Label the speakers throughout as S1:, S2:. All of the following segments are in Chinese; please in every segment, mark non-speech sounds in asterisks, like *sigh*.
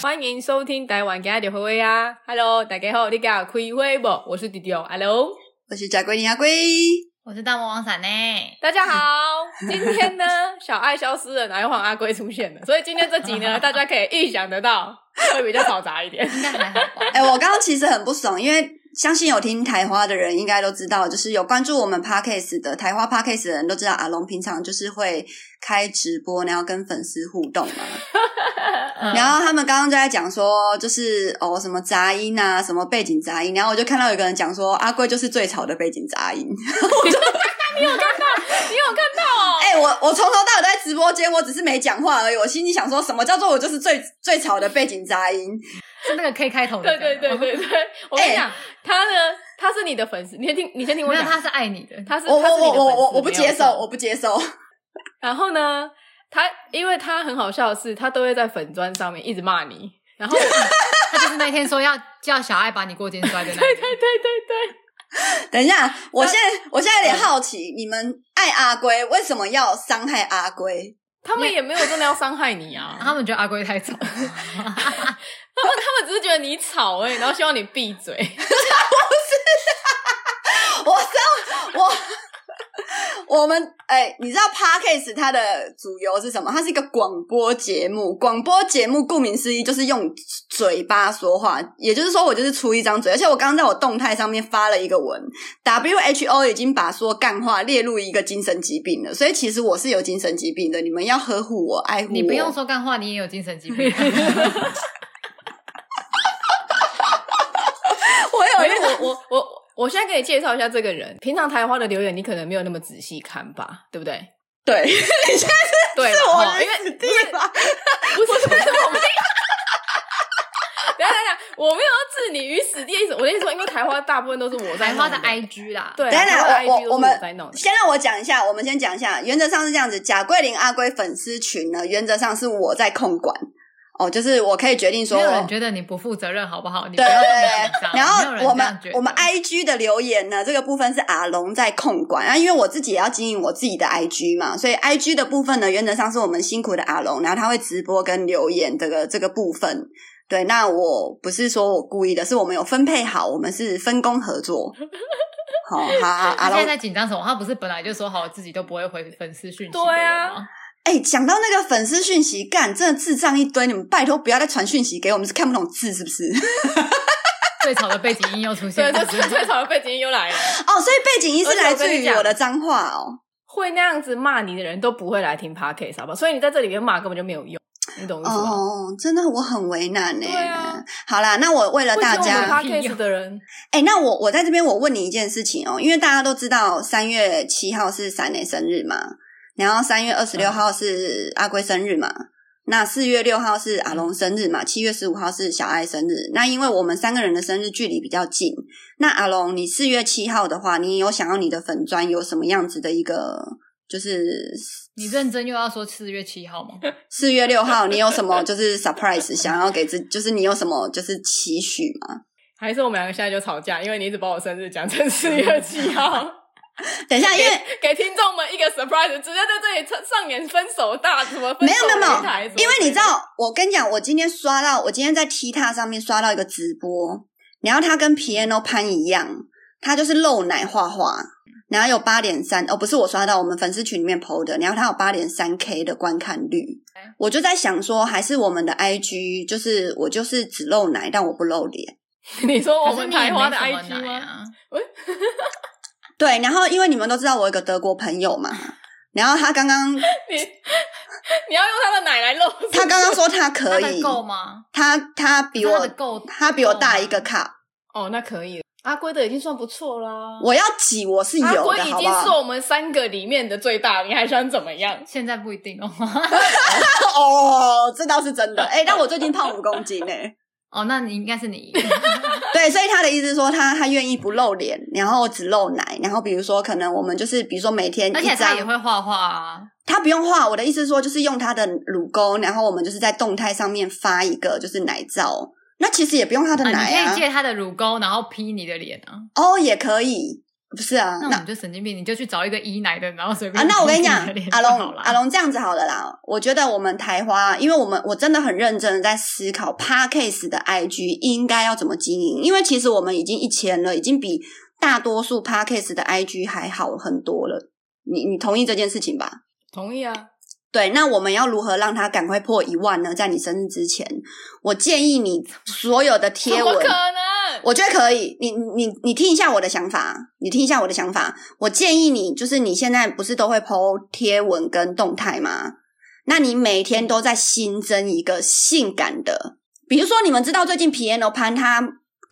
S1: 欢迎收听台湾今日回会啊！Hello，大家好，你敢有开会不？我是迪迪哦，Hello，
S2: 我是贾龟林阿龟，
S3: 我是大魔王伞呢、
S1: 大家好。今天呢，小爱消失了，然后换阿龟出现了，所以今天这集呢，大家可以预想得到，会比较嘈杂一
S3: *laughs*
S1: 点。
S3: 应该还好吧？
S2: 哎、我刚刚其实很不爽，因为相信有听台花的人应该都知道，就是有关注我们 podcast 的台花 podcast 的人都知道，阿龙平常就是会开直播，然后跟粉丝互动嘛。
S1: 嗯
S2: 然后他们刚刚就在讲说，就是哦什么杂音啊，什么背景杂音，然后我就看到有个人讲说，阿龟就是最吵的背景杂音。 *laughs*
S1: 你有看到哦？
S2: 哎、我我从头到尾都在直播间，我只是没讲话而已。我心里想说什么叫做我就是最最吵的背景杂音？
S3: 是那个 K 开头的
S1: *laughs* 对
S3: 这
S1: 对
S3: 样吗，
S1: 对对对，我跟你讲，他呢，他是你的粉丝，你先听，你先听我
S3: 没有
S1: 讲，
S3: 他是爱你的，
S1: 他是
S2: 我我
S1: 他是你的
S2: 我
S1: 粉丝
S2: 我我我不
S1: 没有
S2: 接受，
S1: 错
S2: 我不接受。 *laughs*
S1: 然后呢，他因为他很好笑的是，他都会在粉砖上面一直骂你。然后，对 *laughs*
S3: 他就是那天说要叫小爱把你过肩摔的那个。
S1: *laughs* 对对
S2: 等一下，我现在我现在有点好奇，你们爱阿龟为什么要伤害阿龟？ *laughs*
S1: 对，他们也没有真的要伤害你啊，
S3: 他们觉得阿龟太吵，
S1: 他们只是觉得你吵而已，然后希望你闭
S2: *laughs*
S1: 嘴。
S2: 我知道我我们哎、你知道 Parkes 它的主由是什么？它是一个广播节目，广播节目顾名思义就是用嘴巴说话，也就是说我就是出一张嘴，而且我刚刚在我动态上面发了一个文，WHO 已经把说干话列入一个精神疾病了，所以其实我是有精神疾病的，你们要呵护我，爱护我。
S3: 你不用说干话，你也有精神疾病。
S2: 我有
S1: 因
S2: 一
S1: 为我我我我现在给你介绍一下这个人。平常台湾的留言你可能没有那么仔细看吧，对不对？
S2: *laughs* 对，你现在是
S1: 对啦
S2: 是我
S1: 哈
S2: 人
S1: 因为
S2: 死地吧？
S1: 不是，不是我没有。 *laughs* 等一下等一下，我没有要置你于死地的意思。我的意思说，因为台花大部分都是我在
S3: 白
S1: 弄
S3: 花的
S1: I
S3: IG 啦，
S1: 对，
S2: 等一
S1: 台花的
S2: 下，
S1: IG
S2: 我
S1: 都是
S2: 我
S1: 我
S2: 们
S1: 在弄的。
S2: 先让我讲一下，我们先讲一下，原则上是这样子，贾桂林阿龟粉丝群呢，原则上是我在控管，哦，就是我可以决定说
S3: 没有人
S2: 我。
S3: 觉得你不负责任，好不好？你不
S2: 对
S3: 要
S2: 对
S3: 这么
S2: 对
S3: 紧张。
S2: 然
S3: 没有
S2: 后
S3: 人
S2: 我
S3: 这样
S2: 们
S3: 觉得
S2: 我们 I G 的留言呢，这个部分是阿龙在控管啊，因为我自己也要经营我自己的 I G 嘛，所以 I G 的部分呢，原则上是我们辛苦的阿龙，然后他会直播跟留言这个这个部分。对，那我不是说我故意的，是我们有分配好，我们是分工合
S3: *laughs*
S2: 作。好好好，阿
S3: 他现
S2: 龙
S3: 在在紧张什么？他不是本来就说好自己都不会回粉丝讯息的
S1: 对啊
S3: 人吗，
S2: 哎、讲到那个粉丝讯息，干，真的智障一堆！你们拜托不要再传讯息给我们，是看不懂字是不 *laughs* 是？
S3: 最吵的背景音又出现
S1: 对，
S3: 了，
S1: 这最最吵的背景音又来了。
S2: 哦，所以背景音是来自于我的脏话哦。
S1: 会那样子骂你的人都不会来听 podcast，好吧？所以你在这里面骂根本就没有用，你懂我意思吗？
S2: 哦，真的我很为难呢、
S1: 对啊
S2: 好啦，那我为了大
S1: 会听我
S2: 家
S1: 们，podcast 的人，
S2: 哎、那我我在这边我问你一件事情哦，因为大家都知道三月七号是闪磊生日嘛，然后三月二十
S1: 嗯
S2: 六号是阿龟生日嘛，那四月六号是
S1: 嗯
S2: 阿龙生日嘛，七月十五号是小爱生日。那因为我们三个人的生日距离比较近，那阿龙你四月七号的话，你有想要你的粉砖有什么样子的一个？就是
S3: *laughs* 你认真又要说四月七号吗？
S2: 四月六号，你有什么就是 surprise 想要给自，就是你有什么就是期许吗？
S1: 还是我们两个现在就吵架，因为你一直把我生日讲成四月七
S2: *laughs*
S1: 号，
S2: 等一下，因为
S1: 给听众们一个 surprise，直接在这里上上演分手大什么分
S2: 没
S1: 手
S2: 有没有没
S1: 擂台什么
S2: 有，因为你知
S1: 之类的
S2: 道，我跟你讲，我今天刷到，我今天在 T 踏上面刷到一个直播，然后他跟 Piano 潘一样，他就是露奶画画，然后有八点三哦，不是我刷到，我们粉丝群里面 PO 的，然后他有八点三 K 的观看率，
S1: 哎
S2: 我就在想说，还是我们的 IG，就是我就是只露奶，但我不露脸。
S1: *laughs* 你说我
S3: 可是
S1: 们
S3: 你也
S1: 台花的
S3: 没什么
S1: IG
S3: 奶
S1: 吗？
S3: 啊？
S2: 对，然后因为你们都知道我有一个德国朋友
S3: *laughs*
S2: 嘛，然后他刚刚
S1: 你你要用他的奶来露出，
S2: 他刚刚说他可
S3: 他的
S2: 以，
S3: 够吗？
S2: 他他比
S3: 他
S2: 我
S3: 的够，
S2: 他比我大一个
S3: 够吗。
S2: 卡。
S1: 哦，那可以了。阿龟的已经算不错啦，
S2: 我要挤我是有
S1: 阿龟
S2: 的，
S1: 已
S2: 好
S1: 经
S2: 不
S1: 是
S2: 好？
S1: 我们三个里面的最大，你还想怎么样？
S3: 现在不一定
S2: *laughs*
S3: 哦。*laughs*
S2: 哦，这倒是真的。哎、但我最近胖五公斤呢、 *laughs*
S3: 哦，那你应该是你。
S2: 对，所以他的意思是说他他愿意不露脸，然后只露奶，然后比如说可能我们就是比如说每天
S3: 而
S2: 一
S3: 且
S2: 张，
S3: 他也会画画啊，
S2: 他不用画。我的意思是说就是用他的乳沟，然后我们就是在动态上面发一个就是奶照。那其实也不用他的
S3: 啊你
S2: 奶
S3: 可
S2: 啊
S3: 以，借他的乳沟，然后劈你的脸啊。
S2: 哦，也可以。不是啊，
S3: 那我
S2: 那
S3: 们就神经病，你就去找一个医奶的，然后随便
S2: 啊，那我跟你讲
S3: 自己来，练
S2: 阿
S3: 就好
S2: 龙
S3: 了
S2: 阿，龙这样子好了啦。我觉得我们台花，因为我们我真的很认真的在思考 Parkcase 的 IG 应该要怎么经营，因为其实我们已经一千了，已经比大多数 Parkcase 的 IG 还好很多了。你你同意这件事情吧？
S1: 同意啊，
S2: 对，那我们要如何让它赶快破一万呢？在你生日之前，我建议你所有的
S1: 怎
S2: 贴
S1: 么
S2: 文，
S1: 可能？
S2: 我觉得可以，你你你你听一下我的想法，你听一下我的想法。我建议你，就是你现在不是都会 PO 贴文跟动态吗？那你每天都在新增一个性感的，比如说你们知道最近 Piano 潘他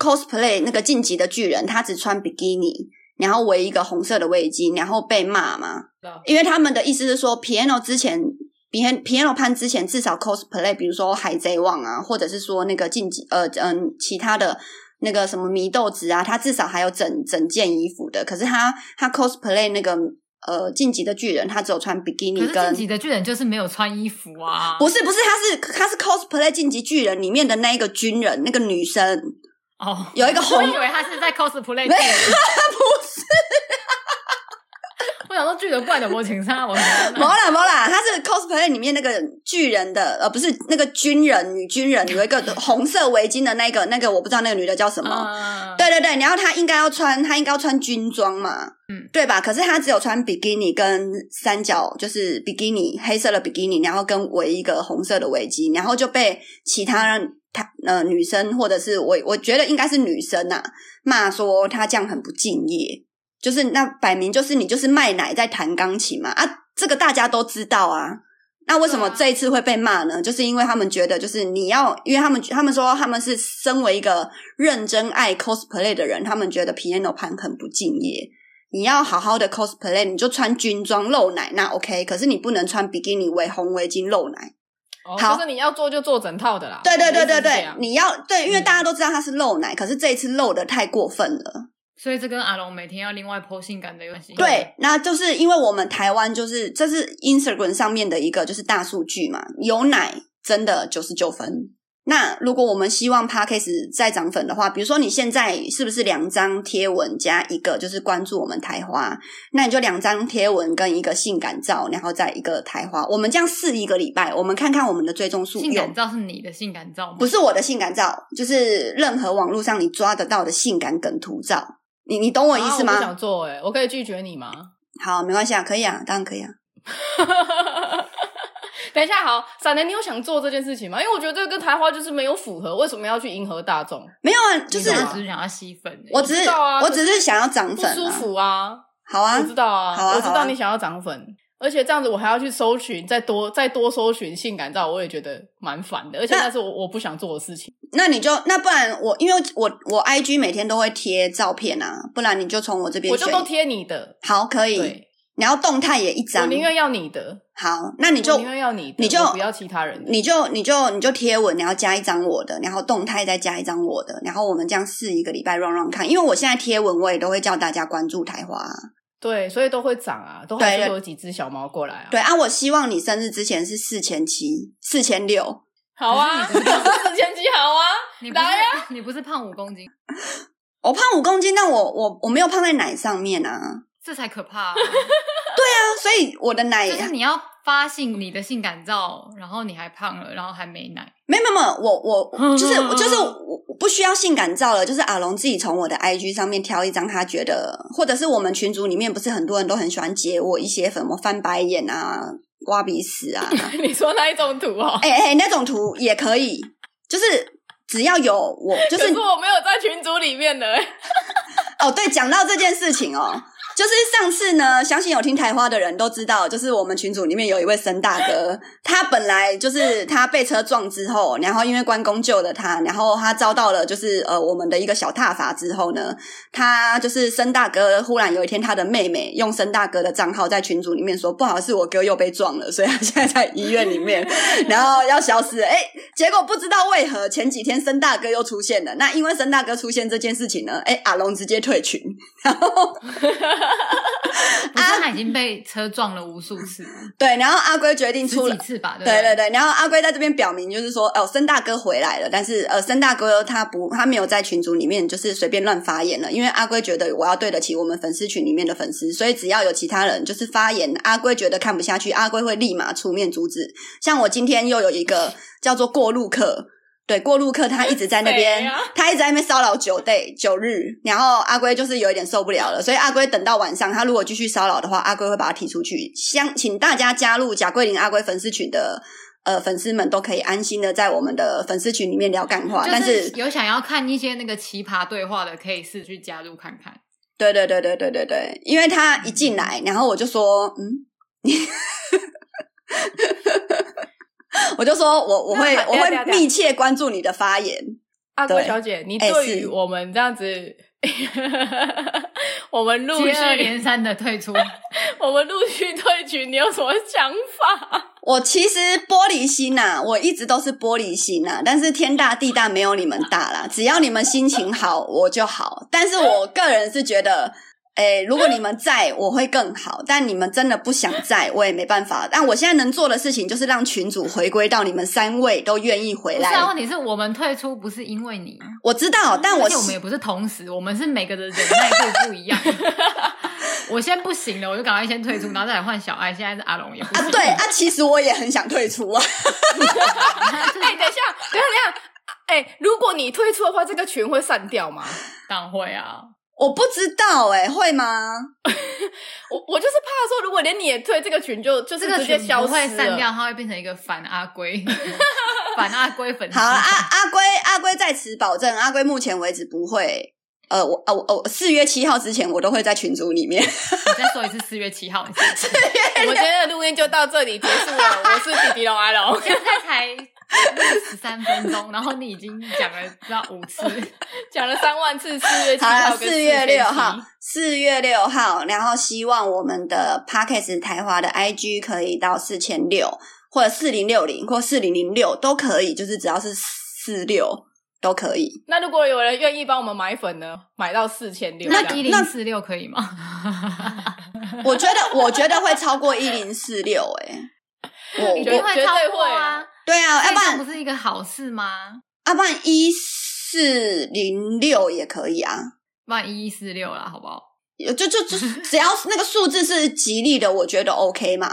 S2: cosplay 那个晋级的巨人，他只穿比基尼，然后围一个红色的围巾，然后被骂吗？
S3: 啊
S2: 因为他们的意思是说，Piano 之前。皮皮耶罗潘之前至少 cosplay，比如说海贼王啊，或者是说那个晋级呃嗯其他的那个什么祢豆子啊，他至少还有整整件衣服的。可是他他 cosplay 那个呃晋级的巨人，他只有穿比基尼
S3: 可是
S2: 跟
S3: 晋级的巨人就是没有穿衣服啊，
S2: 不是不是，他是他是 cosplay 晋级巨人里面的那一个军人，那个女生
S3: 哦，
S2: 有一个
S3: 我
S2: 红
S3: 以为他是在
S2: 没
S3: cosplay 巨人。 *laughs* 我想说巨人怪的我情杀，
S2: *laughs*
S3: 我
S2: 没啦没啦，她是 cosplay 里面那个巨人的，呃，不是那个军人女军人，有一个红色围巾的那个那个，我不知道那个女的叫什么。
S3: 么
S2: 对对对，然后她应该要穿，她应该要穿军装嘛，
S3: 嗯，
S2: 对吧？可是她只有穿比基尼跟三角，就是比基尼黑色的比基尼，然后跟围一个红色的围巾，然后就被其他人她呃女生或者是我我觉得应该是女生呐、骂说她这样很不敬业，就是那摆明就是你就是卖奶在弹钢琴嘛啊，这个大家都知道啊。那为什么
S1: 对啊
S2: 这一次会被骂呢？就是因为他们觉得，就是你要，因为他们他们说他们是身为一个认真爱 cosplay 的人，他们觉得 piano 盘很不敬业。你要好好的 cosplay，你就穿军装露奶那 OK，可是你不能穿比基尼围红围巾露奶。
S1: 哦
S2: 好
S1: 就是你要做就做整套的啦。
S2: 对对对
S1: 我的意思
S2: 对
S1: 是这
S2: 对
S1: 样，
S2: 你要对，因为
S1: 嗯
S2: 大家都知道它是露奶，可是这一次露的太过分了。
S3: 所以这跟阿龙每天要另外剖性感的有关系。
S2: 对，那就是因为我们台湾就是这是 Instagram 上面的一个就是大数据嘛，有奶真的九十九分。那如果我们希望 p a c k a s e 再涨粉的话，比如说你现在是不是两张贴文加一个就是关注我们台花，那你就两张贴文跟一个性感照，然后再一个台花，我们这样试一个礼拜，我们看看我们的追踪数
S3: 性
S2: 有
S3: 感照是你的性感照吗？
S2: 不是我的性感照，就是任何网络上你抓得到的性感梗图照，你你懂我意思
S1: 啊
S2: 吗？
S1: 我不想做哎、我可以拒绝你吗？
S2: 好，没关系啊，可以啊，当然可以啊。
S1: *laughs* 等一下，好，闪电，你有想做这件事情吗？因为我觉得这个跟台花就是没有符合，为什么要去迎合大众？
S2: 没有啊，就是
S3: 你当时只是想要吸粉欸而已。
S2: 我只
S1: 知
S2: 是、
S1: 道啊
S2: 我
S1: 可
S2: 只是想要涨
S1: 不
S2: 粉、啊，
S1: 舒服啊！
S2: 好啊
S1: 我，知道啊，
S2: 好啊
S1: 我知
S2: 好啊
S1: 道你想要涨粉，而且这样子我还要去搜寻，再多再多搜寻性感照，我也觉得蛮烦的，而且
S2: 那
S1: 那是我我不想做的事情。
S2: 那你就那不然我因为我我 IG 每天都会贴照片啊，不然你就从我这边
S1: 我就
S2: 选。
S1: 都贴你的，
S2: 好，可以。
S1: 对，
S2: 你要动态也一
S1: 我
S2: 张。
S1: 宁愿要你的，
S2: 好，那你
S1: 我
S2: 就
S1: 宁愿要你的，
S2: 你就
S1: 我不要其他人的。
S2: 你就你就你就贴文，然后加一张我的，然后动态再加一张我的，然后我们这样试一个礼拜 run run 看。因为我现在贴文我也都会叫大家关注台花啊、
S1: 对，所以都会涨啊，都还
S2: 对
S1: 是
S2: 对
S1: 会有几只小猫过来啊。
S2: 对，啊，我希望你生日之前是四千七、四千六，
S1: 好啊， *laughs*
S3: 可是你不
S1: 四千几好啊， *laughs*
S3: 你不是
S1: 来啊！
S3: 你不是胖五公斤，
S2: 我胖五公斤，但我我我没有胖在奶上面啊。
S3: 这才可怕啊、
S2: 所以我的奶
S3: 就是你要发性你的性感照，然后你还胖了，然后还没奶，
S2: 没有没有没有，我我就是就是我我不需要性感照了，就是阿龙自己从我的 IG 上面挑一张他觉得，或者是我们群组里面不是很多人都很喜欢截我一些粉，我翻白眼啊、挖鼻屎啊， *laughs*
S1: 你说那一种图哦，
S2: 哎哎、那种图也可以，就是只要有我，就
S1: 可
S2: 是
S1: 是我没有在群组里面的、欸，
S2: 哦，对，讲到这件事情哦，就是上次呢，相信有听台花的人都知道，就是我们群组里面有一位森大哥，他本来就是他被车撞之后，然后因为关公救了他，然后他遭到了就是呃我们的一个小踏伐之后呢，他就是森大哥忽然有一天他的妹妹用森大哥的账号在群组里面说，不好是我哥又被撞了，所以他现在在医院里面，然后要消失了。哎、结果不知道为何前几天森大哥又出现了。那因为森大哥出现这件事情呢，哎、阿龙直接退群，
S3: 不
S2: 啊
S3: 是他已经被车撞了无数次，
S2: 对，然后阿龟决定 *laughs*
S3: 十
S2: 出
S3: 几
S2: 来。
S3: 次吧，对不
S2: 对对对，然后阿龟在这边表明，就是说，哦，森大哥回来了，但是呃，森大哥他不，他没有在群组里面就是随便乱发言了，因为阿龟觉得我要对得起我们粉丝群里面的粉丝，所以只要有其他人就是发言，阿龟觉得看不下去，阿龟会立马出面阻止。像我今天又有一个叫做过路客，对，过路客他一直在那边，
S1: 谁呀
S2: *laughs* 他一直在那边骚扰九 day 九日，然后阿龟就是有一点受不了了，所以阿龟等到晚上，他如果继续骚扰的话，阿龟会把他踢出去。相请大家加入贾桂林阿龟粉丝群的呃粉丝们都可以安心的在我们的粉丝群里面聊干话，但
S3: 就是
S2: 是
S3: 有想要看一些那个奇葩对话的，可以试去加入看看。
S2: 对对对对对对对，因为他一进来，然后我就说嗯。 *laughs* 我就说我我会
S1: 那
S2: 我
S1: 等一下等一下等
S2: 会
S1: 一下
S2: 密切关注你的发言，
S1: *laughs* 阿龟
S2: 对
S1: 小姐，你
S2: 哎
S1: 对
S2: 是
S1: 于我们这样子， *laughs* 我们陆
S3: 接二
S1: 续
S3: 连三的退
S2: *laughs*
S3: 出，
S1: *laughs* 我们陆续退群，你有什么想法？
S2: 我其实玻璃心呐、我一直都是玻璃心呐、但是天大地大没有你们大啦。只要你们心情好，我就好。但是我个人是觉得，诶、如果你们在，我会更好。但你们真的不想在，我也没办法。但我现在能做的事情就是让群主回归到你们三位都愿意回
S3: 不是啊？
S2: 来。
S3: 问题是我们退出不是因为你，啊
S2: 我知道，但我
S3: 而且我们也不是同时，我们是每个的忍耐度不
S2: *laughs*
S3: 一样。我先不行了，我就赶快先退出，然后再来换小爱。现在是阿龙也不
S2: 啊，
S3: 行，
S2: 对啊，其实我也很想退出啊。
S1: 哎、 *laughs* 等一下，等一下，等一下。哎、如果你退出的话，这个群会散掉吗？
S3: *laughs* 党会啊，
S2: 我不知道、诶会吗？
S1: *laughs* 我我就是怕说，如果连你也退，这个群就就
S3: 这
S1: 是
S3: 个
S1: 直接
S3: 群
S1: 消
S3: 不
S1: 失
S3: 会散
S1: 了
S3: 掉，它会变成一个反阿龟，反阿龟粉丝
S2: 好，啊阿
S3: 团。
S2: 阿龟阿龟在此保证，阿龟目前为止不会。呃，我哦哦，四月七号之前我都会在群组里面。
S3: 我再说一次，四月七号，你现
S1: *laughs* 我们今天的录音就到这里结束了。我 *laughs* 是迪迪龙阿龙，
S3: 在才十三分钟，然后你已经讲了不知道五次，
S1: 讲了三万次四月七
S2: 好啦，
S1: 号跟
S2: 四月六号
S1: 天气，
S2: 四月六号，然后希望我们的 Parkes 台华的 IG 可以到四千六，或者四零六零，或四零零六都可以，就是只要是四六都可以。
S1: 那如果有人愿意帮我们买粉呢，买到四千六，
S3: 那
S1: 这样
S3: 一零四六可以吗？
S2: 我觉得，我觉得会超过一零四六，哎，我
S3: 一
S1: 觉得
S3: 定
S2: 我
S3: 会超过啊！
S2: 对啊，要
S3: 这
S2: 不
S3: 样
S2: 然
S3: 不是一个好事吗？
S2: 要不然一四零六也可以啊。
S3: 不然一一四六啦，好不好？
S2: 有就
S3: *laughs*
S2: 就就只要那个数字是吉利的，我觉得 OK 嘛，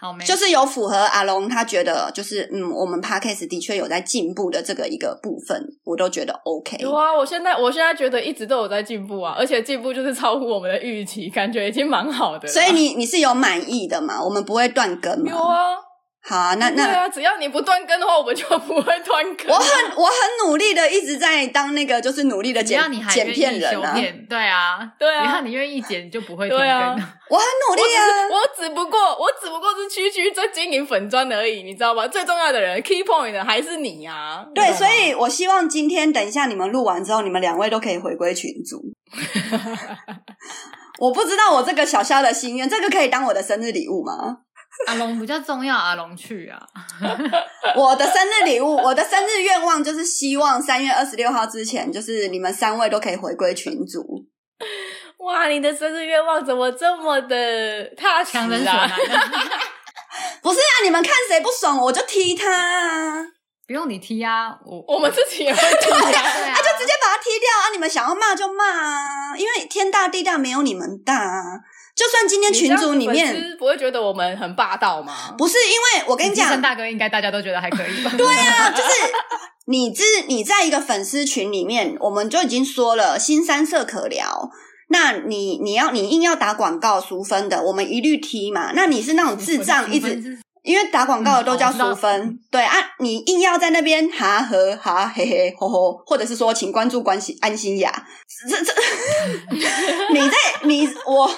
S3: 好没？
S2: 就是有符合阿龙他觉得就是嗯，我们 p a c k a s e 的确有在进步的这个一个部分，我都觉得 OK。
S1: 有啊，我现在我现在觉得一直都有在进步啊，而且进步就是超乎我们的预期，感觉已经蛮好的了。
S2: 所以你你是有满意的嘛？我们不会断更
S1: 有
S2: 嘛？
S1: 啊，
S2: 好啊，那
S1: 对
S2: 那
S1: 啊，只要你不断更的话，我们就不会断更。
S2: 我很我很努力的一直在当那个就是努力的
S3: 只
S2: 剪
S3: 要你还
S2: 剪
S3: 愿
S2: 片
S3: 意
S2: 人
S3: 修
S2: 啊，
S3: 片，对啊，
S1: *laughs* 对啊
S3: 只要你愿意剪，就不会停
S1: 对啊
S3: 更。
S2: 我很努力啊。
S1: 我只不过我只不过是区区在经营粉砖而已，你知道吗？最重要的人 key point 的还是你啊。
S2: *laughs* 对，
S1: 你知
S2: 所
S1: 道吗
S2: 以我希望今天等一下你们录完之后，你们两位都可以回归群组。 *laughs* 我不知道我这个小小的心愿，这个可以当我的生日礼物吗？
S3: 阿龙比较重要，阿龙去啊，
S2: 我的生日礼
S1: *laughs*
S2: 物，我的生日愿望就是希望三月二十六号之前，就是你们三位都可以回归群组。
S1: 哇，你的生日愿望怎么这么的踏实
S3: 强人所
S1: 啊
S3: 难？。
S2: 不是啊，你们看谁不爽我就踢他啊，
S3: 不用你踢啊，我
S1: 我们自己
S2: *laughs*
S1: 也会这
S3: *laughs* 对
S1: 样。
S3: 啊，
S2: 啊就直接把他踢掉啊！你们想要骂就骂啊，因为天大地大没有你们大啊。就算今天群组里
S1: 你这样子
S2: 面
S1: 粉丝不会觉得我们很霸道吗？
S2: 不是因为我跟你讲
S3: 盛，大哥应该大家都觉得还可以吧？
S2: 对啊，就是你自你在一个粉丝群里面，我们就已经说了，新三色可聊。那你你要你硬要打广告淑芬的，我们一律踢嘛。那你是那种智
S3: *laughs*
S2: 障，一直
S3: 直
S2: 因为打广告的都叫
S3: 嗯我
S2: 淑
S3: 知道
S2: 芬，对啊，你硬要在那边哈呵哈嘿嘿吼吼，或者是说请关注关心安心雅，这 *laughs* 这你在你我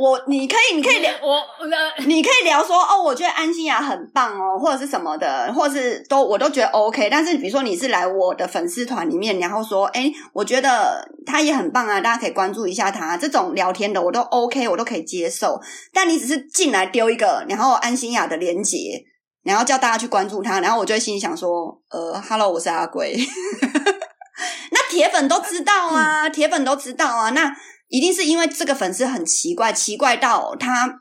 S2: 我你可以你可以聊
S3: 我那
S2: 你可以聊说哦，我觉得安心雅很棒哦，或者是什么的，或者是都我都觉得 OK。但是比如说你是来我的粉丝团里面，然后说哎，我觉得他也很棒啊，大家可以关注一下他。这种聊天的我都 OK，我都可以接受。但你只是进来丢一个，然后安心雅的连接，然后叫大家去关注他，然后我就会心里想说，呃，Hello，我是
S4: *laughs*
S2: *laughs* 阿龟。那铁粉都知道啊，铁粉都知道啊。那一定是因为这个粉丝很奇怪，奇怪到他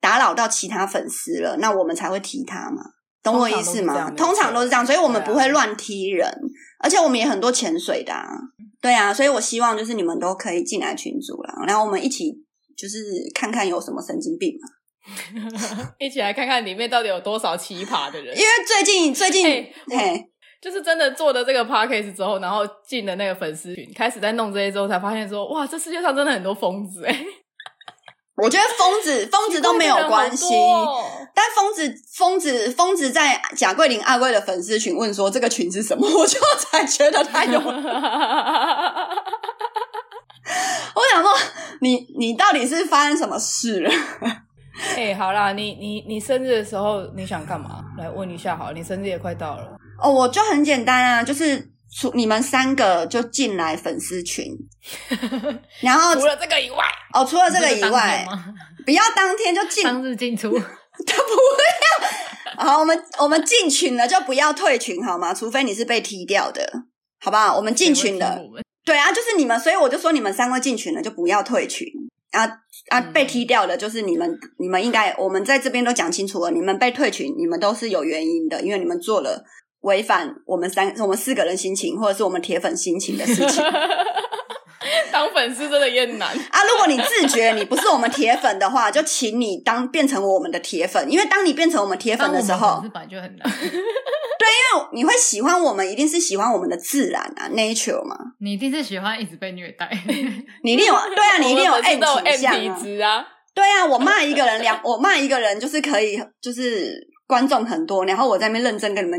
S2: 打扰到其他粉丝了，那我们才会踢他嘛。懂我意思吗？通
S4: 通
S2: 常
S4: 常都
S2: 都是
S4: 是
S2: 这
S4: 这
S2: 样，
S4: 样
S2: 所以我们
S4: 对啊
S2: 不会乱踢人，而且我们也很多潜水的啊，对啊，所以我希望就是你们都可以进来群组啦，然后我们一起就是看看有什么神经病嘛。
S1: 一起来看看里面到底有多少奇葩的
S2: *laughs*
S1: 人
S2: 因。为最近最近，
S1: 哎
S2: 嘿，
S1: 就是真的做了这个 podcast 之后，然后进了那个粉丝群，开始在弄这些之后，才发现说，哇，这世界上真的很多疯
S2: *laughs*
S1: 子哎、
S2: 我觉得疯子疯子都没有关系
S1: 奇。怪的人好多哦
S2: 但疯子、疯子、疯子在贾桂林、阿贵的粉丝群问说这个群是什么， *laughs* 我就才觉得
S1: *laughs*
S2: 他有。我 *laughs* 想说，你你到底是发生什么事了？
S1: 哎、好啦，你你你生日的时候你想干嘛？来问一下好了，你生日也快到了，
S2: 哦，我就很简单啊，就是除你们三个就进来粉丝
S3: *laughs*
S2: 群，然后
S1: 除了这个以外，
S2: 哦，除了这个
S3: 是
S2: 以
S3: 当
S2: 外
S3: 天，吗
S2: 不要当天就进，
S3: 当日进出，
S2: 他不会啊。好，我们我们进群了就不要退群好吗？除非你是被踢掉的，好不好？我们进群了
S3: 谁会听，我们
S2: 对啊，就是你们，所以我就说你们三个进群了，就不要退群啊啊！
S3: 嗯
S2: 被踢掉的，就是你们，你们应该，我们在这边都讲清楚了，你们被退群，你们都是有原因的，因为你们做了违反我们三我们四个人心情，或者是我们铁粉心情的事情
S1: 当粉丝真的也很难。
S2: 啊！如果你自觉你不是我们铁粉的话，就请你当变成我们的铁粉，因为当你变成我们铁粉
S3: 当我
S2: 的
S3: 们
S2: 时候
S3: 粉丝，本来就很难，
S2: 你会喜欢我们，一定是喜欢我们的自然啊，nature 嘛，
S3: 你一定是喜欢一直被虐
S2: *laughs*
S3: 待，
S2: 你一定有对啊，你一定有
S1: 我们粉
S2: M
S1: 丝都有 M
S2: 倾向
S1: 体
S2: 啊。
S1: 质啊，
S2: 对啊，我骂一个人两， *laughs* 我骂一个人就是可以，就是观众很多，然后我在那边认真跟你们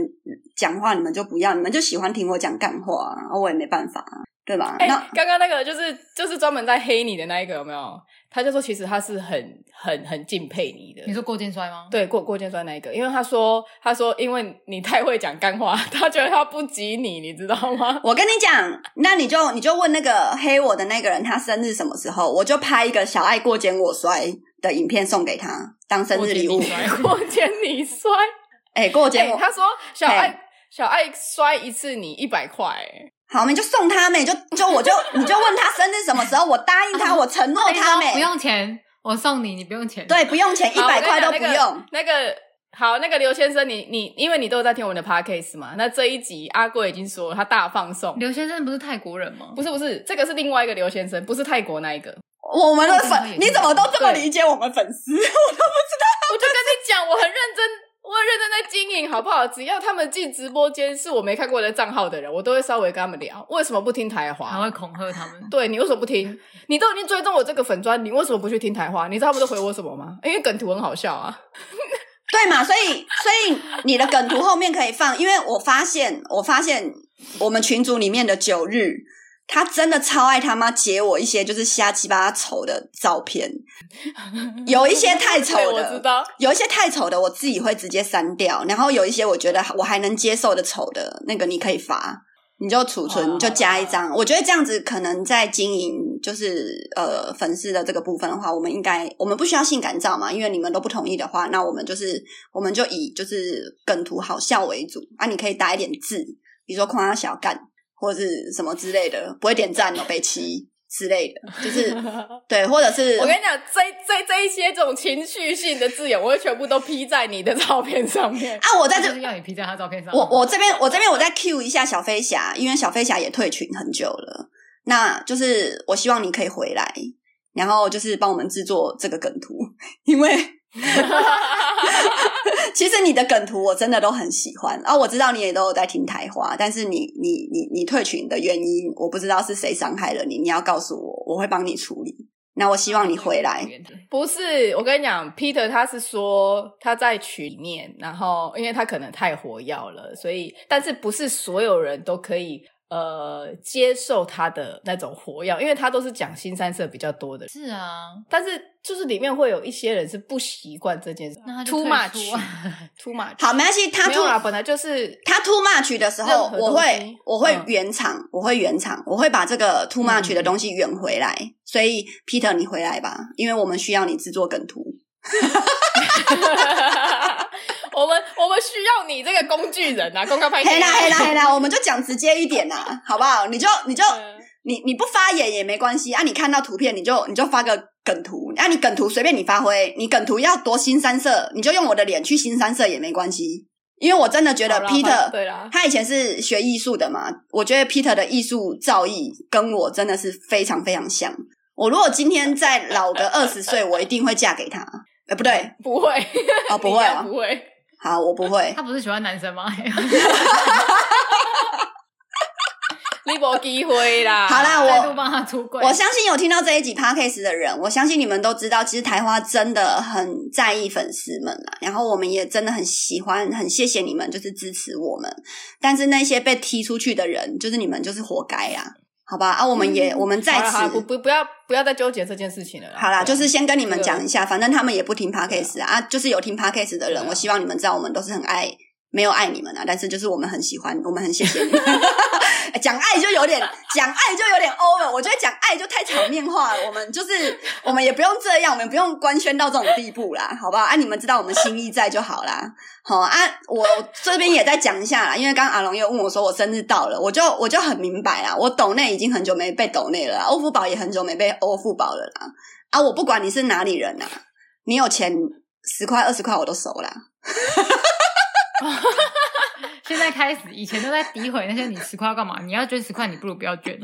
S2: 讲话，你们就不要，你们就喜欢听我讲干话、啊，我也没办法、啊，对吧？
S1: 哎、
S2: 那
S1: 刚刚那个就是就是专门在黑你的那一个有没有？他就说其实他是很很很敬佩你的。
S3: 你说过肩摔吗？
S1: 对过过肩摔那一个，因为他说他说因为你太会讲干话， *laughs* 他觉得他不及你，你知道吗？
S2: 我跟你讲，那你就你就问那个黑我的那个人，他生日什么时候，我就拍一个小爱过肩我摔的影片送给他当生日礼物
S3: 过。肩你摔
S1: 过肩你摔，
S2: *laughs* 哎、过肩
S1: 哎、
S2: 我、
S1: 他说小
S2: 嘿
S1: 爱小爱摔一次你一百块，哎
S2: 好，你就送他呗，就就我就你就问他生日什么时候，我答应
S1: *laughs*
S2: 他，我承诺哦他
S1: 哎
S2: 呗，
S3: 不用钱，我送你，你不用钱。，
S2: 对，不用钱，一
S1: 好
S2: 百
S1: 我跟你
S2: 块都
S1: 讲
S2: 不
S1: 那个
S2: 用。
S1: 那个好，那个刘先生，你你因为你都有在听我们的 podcast 嘛，那这一集阿贵已经说了他大放送，
S3: 刘先生不是泰国人吗？
S1: 不是不是，这个是另外一个刘先生，不是泰国那一个。
S2: 我们的
S3: 我跟他
S2: 粉
S3: 也，是
S2: 你怎么都这么理解我们粉丝？
S1: 我就跟你讲，我很认真，我很认真在经营，好不好？只要他们进直播间是我没看过的账号的人，我都会稍微跟他们聊，为什么不听台
S3: 还
S1: 话
S3: 会？恐吓他们。
S1: 对你为什么不听？你都已经追踪我这个粉砖，你为什么不去听台话？你知道他们都回我什么吗？因为梗图很好笑啊。
S2: 对嘛？所以 *laughs* 所以你的梗图后面可以放，因为我发现我发现我们群组里面的九日，他真的超爱他妈截我一些就是瞎鸡巴丑的照片，有一些太丑
S1: 对，我知
S2: 的。
S1: 道。
S2: 有一些太丑的，我自己会直接删掉。然后有一些我觉得我还能接受的丑的，那个你可以发，你就储存，
S1: 哦
S2: 你就加一张。我觉得这样子可能在经营就是呃粉丝的这个部分的话，我们应该我们不需要性感照嘛，因为你们都不同意的话，那我们就是我们就以就是梗图好笑为主啊。你可以打一点字，比如说夸小干或者是什么之类的，不会点赞哦，北七之类的，就是对，或者是
S1: *laughs* 我跟你讲，这这这一些这种情绪性的字眼，我会全部都 P 在你的照片上面。
S2: 啊，我在这
S3: 就是要你 P 在他照片上。
S2: 我
S1: 嗯
S2: 我这边我这边我再 Q 一下小飞侠，因为小飞侠也退群很久了，那就是我希望你可以回来，然后就是帮我们制作这个梗图， *laughs* 因为其实你的梗图我真的都很喜欢啊，我知道你也都有在听台花，但是你你你你退群的原因我不知道是谁伤害了你，你要告诉我，我会帮你处理。那我希望你回来，
S1: 不是，我跟你讲，Peter 他是说他在群里面，然后因为他可能太活跃了，所以但是不是所有人都可以呃接受他的那种活跃，因为他都是讲新三色比较多的人，
S3: *laughs* 是啊，
S1: 但是就是里面会有一些人是不习惯这件事
S3: 那他就
S1: ，too
S3: 退
S1: much
S3: 出啊
S1: *laughs* too much，
S2: 好，没关系，他
S1: 没
S2: 突
S1: 有啦，本来就是
S2: 他 too much 的时候
S1: 任，何
S2: 我
S1: 东西
S2: 会我会
S1: 嗯
S2: 圆场，我会圆场，我会把这个 too much 的东西圆回来。所以 Peter，你回来吧，因为我们需要你制作梗图。
S1: *laughs* 我们我们需要你这个工具人啊，公告拍
S2: 啊黑啦黑啦黑啦，我们就讲直接一点啦，好不好？你就你就
S1: 嗯
S2: 你你不发言也没关系啊，你看到图片你就你就发个梗图，啊，你梗图随便你发挥，你梗图要多新三色，你就用我的脸去新三色也没关系，因为我真的觉得
S1: 好啦反
S2: Peter
S1: 对啦，
S2: 他以前是学艺术的嘛，我觉得 Peter 的艺术造诣跟我真的是非常非常像。我如果今天再老个二十岁，我一定会嫁给他。呃，不对，
S1: 不会，
S2: 哦，不
S1: *laughs*
S2: 会
S1: 你应该
S2: 啊，
S1: 不会。
S2: 好，我不会。
S3: 他不是喜欢男
S2: *laughs*
S3: 生吗？
S1: 你没机会啦。
S2: 好啦，
S3: 再度
S2: 我
S3: 帮他出轨，
S2: 我相信有听到这一集 podcast 的人，我相信你们都知道，其实台花真的很在意粉丝们啦。然后我们也真的很喜欢，很谢谢你们，就是支持我们。但是那些被踢出去的人，就是你们就是活该啦，好吧？啊，我们也、我们在
S1: 好啦
S2: 此
S1: 好啦不不不要不要再纠结这件事情了啦。
S2: 好啦，
S1: 对
S2: 就
S1: 啊
S2: 是先跟你们讲一下，反正他们也不听 podcast 啊，啊就是有听 podcast 的
S1: 对
S2: 人，
S1: 啊
S2: 我希望你们知道，我们都是很爱，没有爱你们啊，但是就是我们很喜欢，我们 *laughs* 很谢谢你。讲爱就有点，讲爱就有点 over，我觉得讲爱就太场面化了。我们就是，我们也不用这样，我们不用官宣到这种地步啦，好不好？啊，你们知道我们心意在就好啦。好啊，我这边也再讲一下啦，因为刚刚阿龙又问我说我生日到了，我就我就很明白啦，我抖内已经很久没被抖内了啦，欧付宝也很久没被欧付宝了啦。啊，我不管你是哪里人呐、啊，你有钱十块二十块我都收啦。
S3: 现在开始，以前都在诋毁那些你十块要干嘛？你要捐十块，你不如不要捐。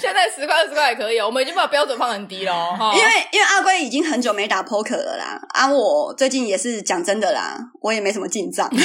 S1: 现在十块二十块也可以哦，我们已经把标准放很低了
S2: *laughs*
S1: 哦哈。
S2: 因为因为阿龟已经很久没打 poker 了啦，啊，我最近也是讲真的啦，我也没什么进账。
S1: 被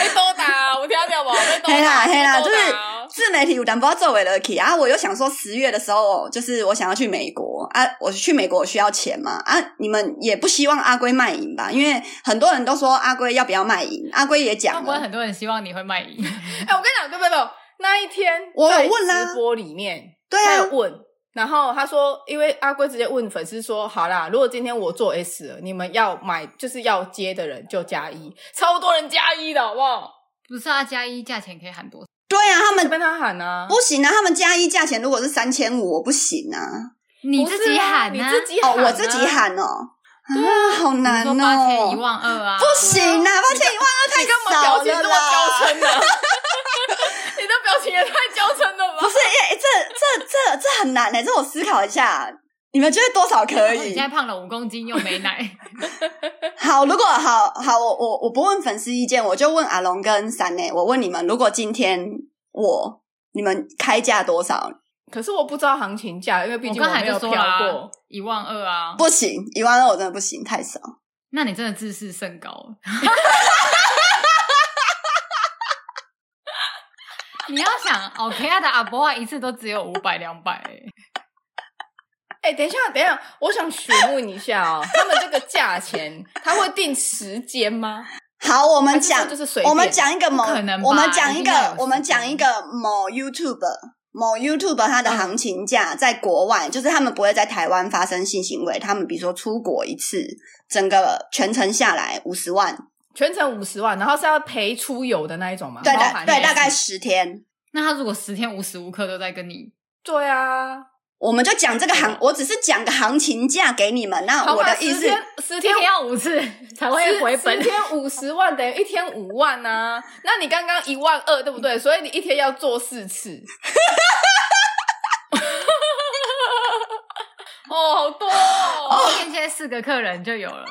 S1: 哎多打，我听到没有？被多打，
S2: 嘿啦 *laughs* 嘿啦，
S1: 被
S2: 就
S1: 多
S2: 是
S1: 打哦
S2: *laughs* 自媒体有淡薄作为了 key 啊，我又想说十月的时候，就是我想要去美国啊，我去美国我需要钱嘛啊，你们也不希望阿龟卖淫吧？因为很多人都说阿龟要不要卖淫，阿龟也
S3: 会
S2: 讲
S3: 不会
S2: 了，
S3: 很多人希望你会卖淫？
S1: 哎、我跟你讲，对不对？那一天
S2: 我有
S1: 在
S2: 问啊啦
S1: 直播里面，
S2: 对
S1: 他有
S2: 啊，
S1: 问，然后他说，因为阿龟直接问粉丝说，好啦，如果今天我做 S 了，你们要买就是要接的人就加一，超多人加一的好不好？
S3: 不是啊，加一价钱可以喊多少？
S2: 对啊，他们
S1: 跟他喊啊，
S2: 不行啊，他们加一价钱如果是三千五，我不行啊，
S3: 你
S1: 不是
S3: 自己
S1: 啊
S3: 喊
S1: 你
S3: 啊！
S1: 自己喊、
S2: 哦，我自己，喊哦，啊，好
S3: 你
S2: 难
S3: 说八千一
S2: 哦。
S3: 万二啊？
S2: 不行啊，八千一万二
S1: 你干嘛
S2: 太少
S1: 表情
S2: 了
S1: 这么
S2: 啦！
S1: 娇嗔呢、 *laughs* 你的表情也太娇嗔了
S2: 不
S1: 吧？
S2: 是，耶，哎这这这这很难呢、欸这我思考一下，你们觉得多少可
S3: 然后你
S2: 以
S3: 现？在胖了五公斤又没奶，
S2: 好，如果好好，我我我不问粉丝意见，我就问阿龙跟三内，我问你们，如果今天我你们开价多少？
S1: 可是我不知道行情价，因 *laughs* 为毕
S3: 我
S1: 竟
S3: 刚才
S1: 没有
S3: 就
S1: 嫖
S3: 说了啊
S1: 过。，
S3: 一万二啊。
S2: 不行，一万二我真的不行，太少。
S3: 那你真的自视甚高了。 *laughs* 你要想，OK 啊的阿伯啊，一次都只有五百两百，欸
S1: 哎、等一下，等一下，我想询问一下 *laughs* 哦，他们这个价钱，他会定时间吗？
S2: 好，我
S3: 啊
S2: 们
S1: 还是说
S2: 讲，
S1: 就是随便
S2: 我们讲一个某，
S3: 不可能吧
S2: 我们讲一
S3: 一定要
S2: 个
S3: 有时，间嗯
S2: 我们讲一个某 YouTube。某 YouTube 它的行情价在国外，就是他们不会在台湾发生性行为，他们比如说出国一次，整个全程下来五十万，
S1: 全程五十万，然后是要陪出游的那一种吗？
S2: 对
S1: 包
S2: 的，
S1: 含
S2: 对，
S1: 那
S2: 大
S1: 种
S2: 概十天，
S3: 那他如果十天无时无刻都在跟你，
S1: 对啊。
S2: 我们就讲这个行，我只是讲个行情价给你们。那
S1: 嗯好
S2: 我
S1: 吧
S2: 的意
S1: 十
S2: 思，
S1: 天十
S3: 一
S1: 天
S3: 天要五 *laughs* 次才会回本
S1: 十。天五十万等于一天五万呐、那你刚刚一万二对不对？所以你一天要做四次。哦，好多哦！
S3: 天切四个客人就有了，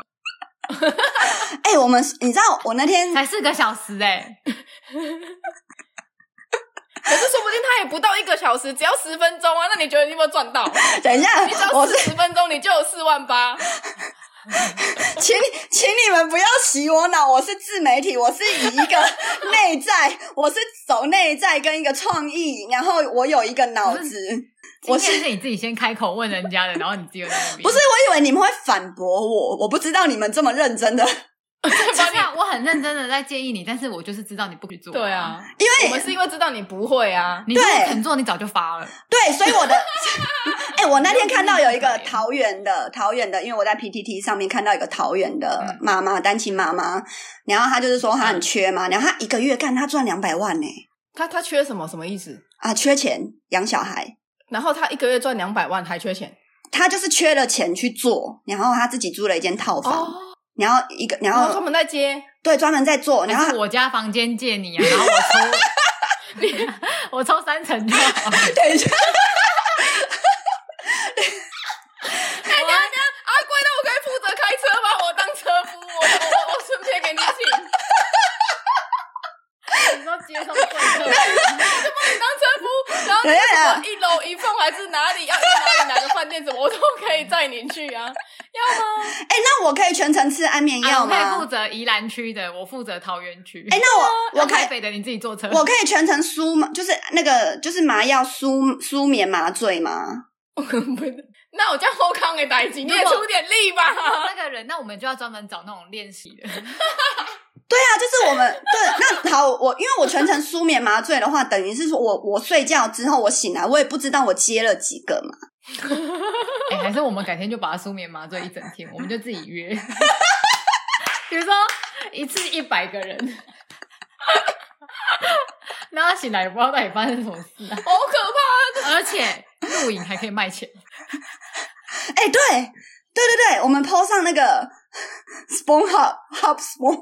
S2: 哎、我们你知道，我那天
S3: 才四个小时哎、
S1: 可是说不定他也不到一个小时，只要十分钟啊。那你觉得你有没有赚到？
S2: 等一下
S1: 你只，要
S2: 我是
S1: 四十分钟，你就有四万八。
S2: 请你请你们不要洗我脑，我是自媒体，我是以一
S1: *laughs*
S2: 个内在，我是走内在跟一个创意，然后我有一个脑
S3: 不
S2: 子。
S3: 今
S2: 我
S3: 天是你自己先开口问人家的，然后你自己又在那边。 *laughs*
S2: 不是，我以为你们会反驳我，我不知道你们这么认真的，
S3: 不是啊，我很认真的在建议你，但是我就是知道你不去做。
S1: 对，啊，
S2: 因
S1: 我
S2: 为
S1: 们是因为知道你不会啊。
S3: 你如果
S2: 对
S3: 肯做，你早就发了。
S2: 对，所以我的，哎、我那天看到有一个
S3: 你就不是
S2: 桃园的，桃园的，因为我在 PTT 上面看到一个桃园的
S3: 嗯
S2: 妈妈，单亲妈妈，然后她就是说她很缺嘛，然后她一个月干她赚两百万呢、
S1: 他他缺什么？什么意思？
S2: 啊，缺钱养小孩，
S1: 然后他一个月赚两百万，还缺钱。
S2: 她就是缺了钱去做，然后她自己租了一间套房，
S1: 哦，
S2: 然后一个然
S1: 然后
S2: 后
S1: 他们在接，
S2: 对专门在做，然
S3: 哦还
S2: 后
S3: 是我家房间借你啊，然后我出 *laughs* 我抽三层就好。
S2: 等一下，
S1: 阿贵，那啊我可以负责开车吗？我当车夫，我我我顺便给你请。
S3: 你说街上贵 *laughs* 客，
S1: 当车夫，然后
S2: 等一下
S1: 什么一楼一凤还是哪里要要哪里哪个饭店什么，我都可以载你去啊。
S2: *laughs* 哎、那我可以全程吃安眠
S3: 啊
S2: 药
S3: 我可以负
S2: 吗？
S3: 责宜兰区的，我负责桃园区。
S2: 哎、那我
S3: 啊
S2: 我可
S3: 台
S2: 以
S3: 北的你自己坐车。
S2: 我可以全程舒麻，就是那个就是麻药舒舒眠麻醉吗？
S1: 不是那我叫后康给打一击，你也
S3: 如果
S1: 出点力吧。
S3: *laughs* 那个人，那我们就要专门找那种练习的。
S2: 对啊，就是我们对那好，我因为我全程舒眠麻醉的话，等于是说我我睡觉之后我醒来，我也不知道我接了几个嘛。
S3: 哎、还是我们改天就把他舒眠麻醉一整天，我们就自己 *laughs* 约。比如说一次一百个人， *laughs* 那他醒来也不知道到底发生什么事
S1: 好
S3: 啊！
S1: 可怕！
S3: 而且录影还可以卖钱，
S2: 哎、对对对对，我们 PO 上那个 Spoon Hub Hub Spoon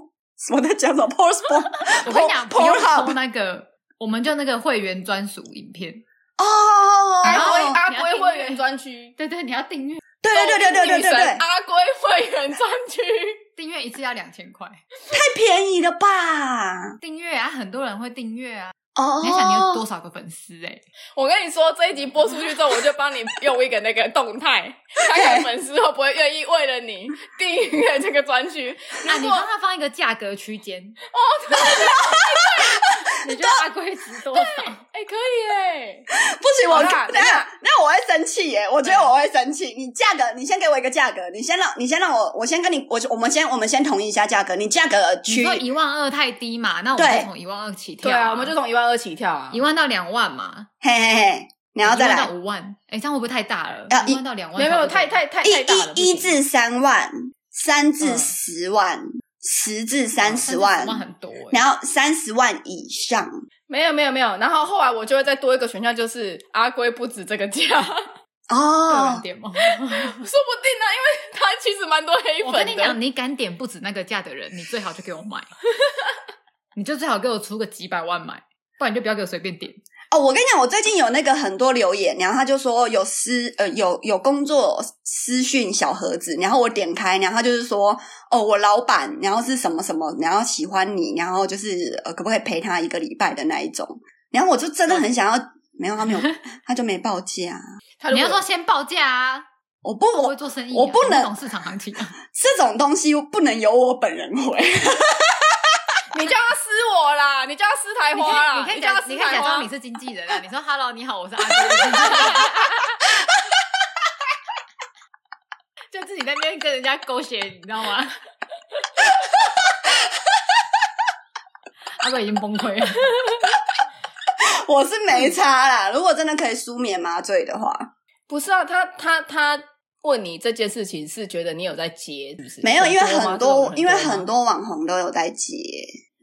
S2: 我在讲什么 PO Spoon
S3: *laughs* 我跟你讲，
S2: Porn-
S3: 不用
S2: Pornhub
S3: 偷那个，我们就那个会员专属影片。
S2: 哦，
S1: 阿
S3: 后
S1: 龟阿
S3: 你要订
S1: 龟
S3: 阅
S1: 会员专区，
S3: 对对，你要订阅，
S2: 对对对对对对对
S1: 动物女
S2: 对
S1: 神，阿龟会员专区。
S3: 订阅一次要两千块，
S2: 太便宜了吧？
S3: 订阅啊，很多人会订阅啊。
S2: 哦，
S3: 你还想你有多少个粉丝哎、
S1: 我跟你说，这一集播出去之后，我就帮你用一个那个动态，看看粉丝会不会愿意为了你订阅这个专区。
S3: 啊，你
S1: 如
S3: 帮
S1: 果
S3: 他放一个价格区间哦，对对对， *laughs* 你觉得阿龟值多少？
S1: 哎、可以哎、
S2: 不行，我
S1: 好啦
S2: 等一下，那我会生气耶！我觉得我会生气。你价格，你先给我一个价格，你先让，你先让我，我先跟你，我我们先，我们先同意一下价格。你价格
S3: 你
S2: 区
S3: 说一万二太低嘛，那我们
S2: 对
S3: 就从一万二起跳、
S1: 对啊，我们就从一万二起跳啊
S3: 一。万到两万嘛，
S2: 嘿嘿嘿，你要再
S3: 1万到
S2: 来
S3: 五万，哎，这样会不会太大了？
S2: 啊一
S3: 一万到两万
S1: 没有没有，
S3: 差
S1: 太
S3: 不多
S1: 太太
S2: 一
S1: 太大了。不行
S2: 一一至三万，三至
S1: 嗯
S2: 十万，十至
S3: 哦
S2: 三十万，
S3: 万很多哎、
S2: 然后三十万以上。
S1: 没有没有没有，然后后来我就会再多一个选项，就是阿龟不止这个
S2: *laughs*
S1: 价，说不定
S3: 个人
S2: 哦，
S3: 点吗？
S1: 呢、因为他其实蛮多黑
S3: 我
S1: 粉的。
S3: 跟你讲，你敢点不止那个价的人，你最好就给我买， *laughs* 你就最好给我出个几百万买，不然你就不要给我随便点。
S2: 哦，我跟你讲，我最近有那个很多留言，然后他就说有私呃有有工作私讯小盒子，然后我点开，然后他就是说哦我老板，然后是什么什么，然后喜欢你，然后就是呃可不可以陪他一个礼拜的那一种，然后我就真的很想要，没有他 *laughs* 没有，他就没报价，
S1: 他如
S3: 你
S1: 果
S3: 要说先报价啊，
S2: 我不
S3: 我
S2: 我
S3: 会做生意啊、
S2: 我不能
S3: 懂市场行情、啊。
S2: 这种东西不能由我本人 *laughs* 回，
S1: 你叫他撕我啦，你叫他撕台
S3: 你可
S1: 花
S3: 以，
S1: 啦
S3: 你，可以
S1: 叫
S3: 假
S1: 他，
S3: 你
S1: 撕
S3: 可以
S1: 台
S3: 假
S1: 花
S3: 装你。是经纪人啊！你说 “Hello，你好，我是阿龟的经纪人。” *laughs* 就自己在那边跟人家勾血，你知道吗？ *laughs* 阿龟已经崩溃了，
S2: 我是没差啦。如果真的可以舒眠麻醉的话，
S1: 不是啊，他他他问你这件事情是觉得你有在接，是不是？
S2: 没有，因为
S1: 很
S2: 很多哦因为
S1: 很
S2: 很多网红都有在接，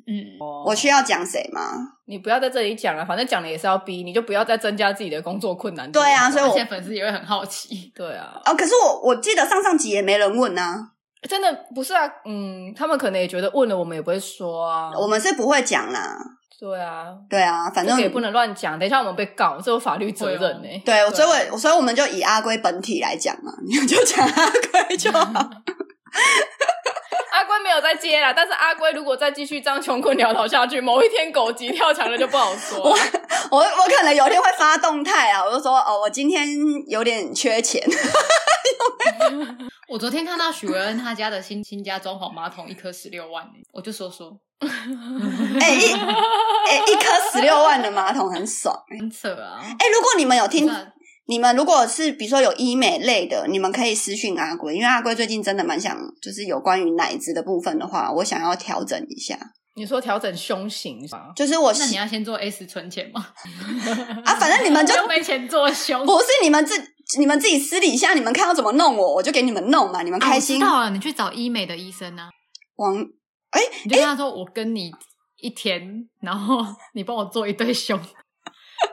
S3: 嗯，
S2: 我需要讲谁吗？
S1: 你不要在这里讲了，啊反正讲了也是要逼，你就不要再增加自己的工作困难度。
S2: 对啊所以
S3: 而
S2: 我
S3: 且粉丝也会很好奇。
S1: 对啊，
S2: 哦，可是我我记得上上集也没人问啊，
S1: 真的不是啊，嗯，他们可能也觉得问了我们也不会说啊，
S2: 我们是不会讲啦。
S1: 对啊，
S2: 对啊，反
S1: 这
S2: 正
S1: 个也不能乱讲，等一下我们被告，这有法律责任欸呢、
S2: 对，啊所以我所以我们就以阿龟本体来讲嘛，你们就讲阿龟就好。
S1: 阿龟没有再接啦，但是阿龟如果再继续这样穷困潦倒下去，某一天狗急跳墙了就不好说。
S2: *laughs* 我我可能有一天会发动态啊，我就说哦，我今天有点缺钱，
S3: 我昨天看到许维恩他家的新新家装潢马桶一颗十六万、欸，我就说说 *laughs*
S2: 哎、一哎、一颗十六万的马桶很爽。
S3: 很扯啊。
S2: 哎、如果你们有听，
S3: 那
S2: 你们如果是比如说有医美类的，你们可以私讯阿龟，因为阿龟最近真的蛮想，就是有关于奶子的部分的话，我想要调整一下，
S1: 你说调整胸型是吧？
S2: 就是我
S3: 那你要先做 S 存钱吗？
S2: 啊，反正你们就
S3: 都没钱做
S2: *laughs*
S3: 胸，
S2: 不是你们自你们自己私底下，你们看要怎么弄我，我就给你们
S1: 哦
S2: 弄嘛，你们开心。
S3: 啊我知道了，你去找医美的医生啊，
S2: 王
S3: 你就跟他说、我跟你一天，然后 *laughs* 你帮我做一对胸，